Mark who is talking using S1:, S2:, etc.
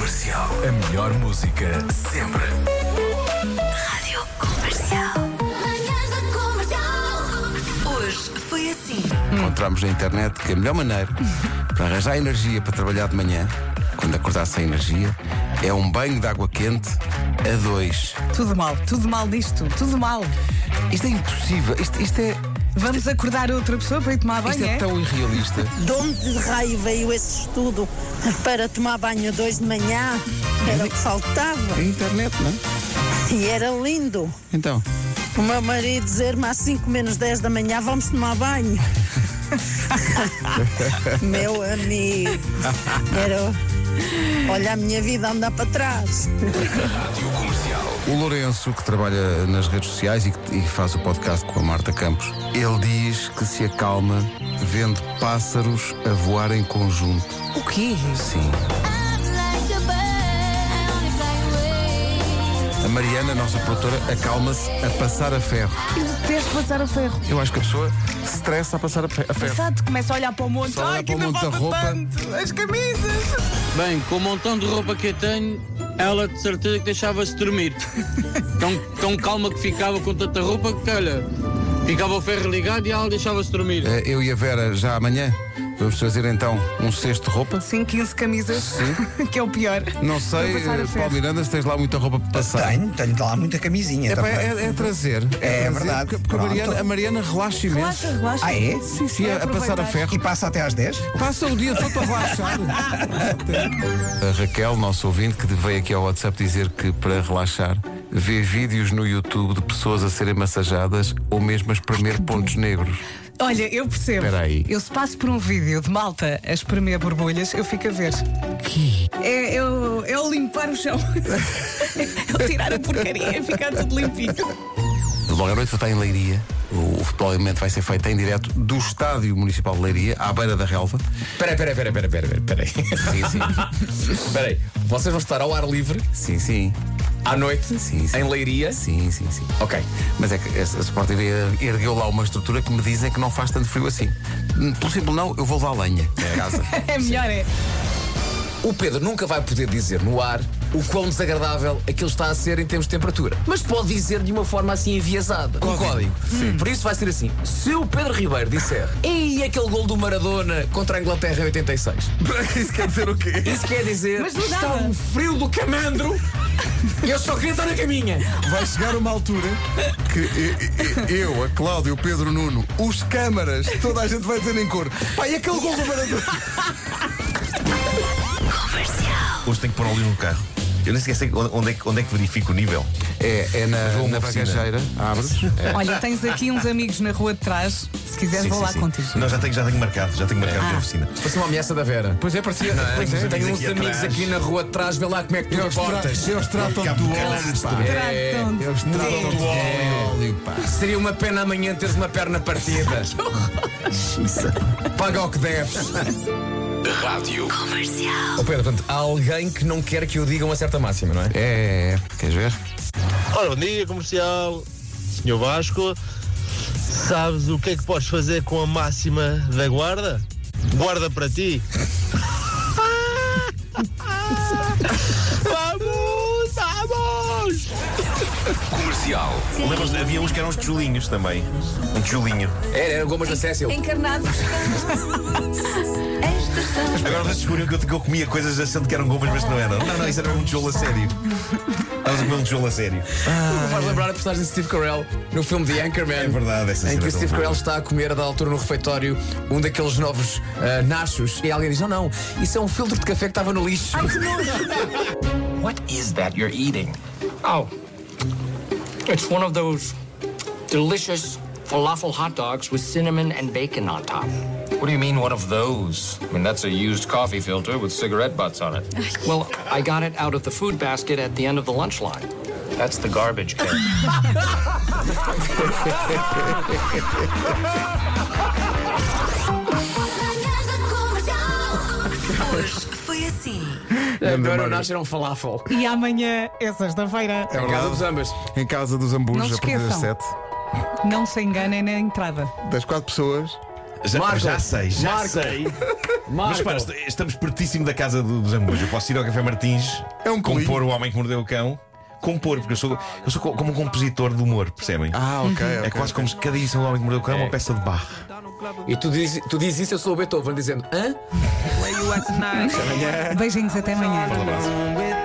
S1: A melhor música sempre.
S2: Rádio Comercial. Manhãs da Comercial. Hoje foi assim.
S3: Encontramos na internet que a melhor maneira para arranjar energia para trabalhar de manhã, quando acordar sem energia, é um banho de água quente a dois.
S4: Tudo mal, tudo mal disto, tudo mal.
S3: Isto é impossível, isto, isto é,
S4: Vamos acordar outra pessoa para ir tomar banho,
S3: isto é
S4: é?
S3: tão irrealista.
S5: De onde de raio veio esse estudo para tomar banho dois de manhã? Era o que
S3: É
S5: faltava
S3: a internet, não é?
S5: e era lindo.
S3: Então,
S5: O meu marido dizer-me às 5 menos 10 da manhã vamos tomar banho. meu amigo, era. Olha, a minha vida andar para trás.
S3: o Lourenço, que trabalha nas redes sociais e, que- e faz o podcast com a Marta Campos, ele diz que se acalma vendo pássaros a voar em conjunto.
S4: O quê?
S3: Sim. A Mariana, nossa produtora, acalma-se a passar a ferro.
S4: Eu detesto passar a ferro.
S3: Eu acho que a pessoa se estressa a passar a fe- a ferro.
S4: Passado, começa a olhar para o monte.
S3: Só olhar
S4: Ai, que
S3: para o
S4: ainda
S3: monte da
S4: falta
S3: roupa.
S4: tanto. As camisas.
S6: Bem, com o montão de roupa que eu tenho, ela de certeza que deixava-se dormir. Tão, tão calma que ficava com tanta roupa que, olha, ficava o ferro ligado e ela deixava-se dormir.
S3: Eh, Eu e a Vera, já amanhã, vamos trazer então um cesto de roupa.
S4: Sim, 15 camisas.
S3: Sim.
S4: que é o pior.
S3: Não sei,
S4: Vou passar a
S3: eh,
S4: ferro.
S3: Paulo Miranda, se tens lá muita roupa para passar.
S7: Tenho, tenho de lá muita camisinha.
S3: É, pá,
S7: também.
S3: é- é trazer.
S7: É
S3: trazer,
S7: verdade.
S3: Porque, porque a,
S7: Pronto.
S3: Mariana, a Mariana relaxa imenso.
S4: Relaxa, relaxa.
S7: Ah, é?
S3: Sim, sim,
S4: É
S3: a passar a
S4: aproveitar.
S3: ferro.
S7: E passa até às 10?
S3: Passa o dia todo a relaxar. a Raquel, nosso ouvinte, que veio aqui ao WhatsApp dizer que para relaxar vê vídeos no YouTube de pessoas a serem massajadas ou mesmo a espremer pontos negros.
S4: Olha, eu percebo.
S3: Espera aí.
S4: Eu se passo por um vídeo de malta a espremer borbulhas, eu fico a ver. Que? É, é o- é o limpar o chão. é o tirar a porcaria e ficar tudo limpinho.
S3: Logo à noite vou estar em Leiria. O o futebol elemento vai ser feito em direto do Estádio Municipal de Leiria, à beira da relva.
S8: Peraí, peraí, peraí, peraí, peraí, peraí.
S3: Sim, sim.
S8: Peraí, vocês vão estar ao ar livre,
S3: sim, sim.
S8: à noite,
S3: Sim, sim.
S8: em Leiria.
S3: Sim, sim, sim.
S8: Ok.
S3: Mas é que a a Sport TV ergueu lá uma estrutura que me dizem que não faz tanto frio assim. Hum, Pelo simples não, eu vou levar lenha a casa.
S4: É melhor, é.
S8: O Pedro nunca vai poder dizer no ar o quão desagradável aquilo está a ser em termos de temperatura. Mas pode dizer de uma forma assim enviesada. Com código. Sim. Por isso vai ser assim. Se o Pedro Ribeiro disser Ei, aquele gol do Maradona contra a Inglaterra em 86.
S3: Isso quer dizer o quê?
S8: Isso quer dizer
S4: Mas do
S8: está
S4: nada.
S8: um frio do camandro e eu só queria estar na caminha.
S3: Vai chegar uma altura que e- e- eu, a Cláudia, o Pedro Nuno, os câmaras, toda a gente vai dizer em cor. Pai, aquele gol do Maradona.
S9: Hoje tenho que pôr óleo no carro. Eu nem sequer sei onde onde é que, onde é que verifico o nível.
S3: É, é na, na
S9: oficina.
S3: bagageira. Abres.
S4: Olha, tens aqui uns amigos na rua de trás. Se quiseres,
S9: Sim,
S4: vou
S9: sim,
S4: lá
S9: sim.
S4: contigo.
S9: Não, já tenho, já tenho marcado, já tenho marcado a minha oficina.
S8: Parece uma ameaça da Vera.
S3: Pois é, parecia.
S9: Pois é.
S8: Tenho uns
S9: Aqui
S8: amigos
S9: atrás.
S8: aqui na rua atrás, vê lá como é que tu
S3: Eles,
S8: portas.
S3: tra eles tratam do óleo, pá. É,
S4: Tratam-te.
S3: Eles tratam do óleo, pá.
S8: Seria uma pena amanhã teres uma perna partida. Paga o que deves.
S2: Comercial.
S8: Ó Pedro, portanto, há alguém que não quer que eu diga uma certa máxima, não é?
S3: É, queres ver?
S10: Ora, bom dia comercial, senhor Vasco. Sabes o que é que podes fazer com a máxima da guarda? Guarda para ti. vamos, vamos!
S9: Lembras, havia uns que eram os tijolinhos também. Um tijolinho.
S8: Era, era É, gomas da Cécil.
S2: Encarnados.
S9: Agora vocês descobriram que eu, que eu comia coisas achando que eram gomas, mas não eram. Não, não, isso era um tijolo a sério. Estavas a comer um tijolo a sério.
S8: Me faz lembrar a personagem de Steve Carell no filme The Anchorman.
S9: É verdade, essa
S8: Em
S9: cena
S8: que o
S9: é
S8: Steve
S9: tão
S8: Carell está a comer a da altura no refeitório um daqueles novos ah, nachos e alguém diz: Não, não, isso é um filtro de café que estava no lixo.
S11: What is that you're eating? Oh, it's one of those delicious falafel hot dogs with cinnamon and bacon on top.
S6: What do you mean, one of those? I mean, that's a used coffee filter with cigarette butts on it.
S11: Well, I got it out of the food basket at the end of the lunch line.
S6: That's the garbage can.
S2: Manhãs da Comercial. Hoje foi assim.
S8: Agora o nacho era um falafel.
S4: E amanhã é sexta-feira.
S8: É em casa dos ambas.
S3: Em casa dos
S4: Não
S3: hambúrgueres, a
S4: se
S3: partir das
S4: esqueçam.
S3: 7.
S4: Não se enganem na entrada.
S3: Das quatro pessoas,
S9: Já,
S8: Marco,
S9: já sei, já
S8: Marco,
S9: sei. Mas
S8: Marco.
S9: para, est- estamos pertíssimo da casa do- dos Ambos. Eu posso ir ao Café Martins,
S3: É um colinho.
S9: compor o homem que mordeu o cão. Compor, porque eu sou, eu sou co- como um compositor de humor, percebem?
S3: Ah, ok,
S9: É
S3: ok,
S9: quase como se cada edição do homem que mordeu o cão é uma peça de barro.
S8: E tu dizes tu dizes isso, eu sou o Beethoven, dizendo hã?
S4: Beijinhos, até amanhã.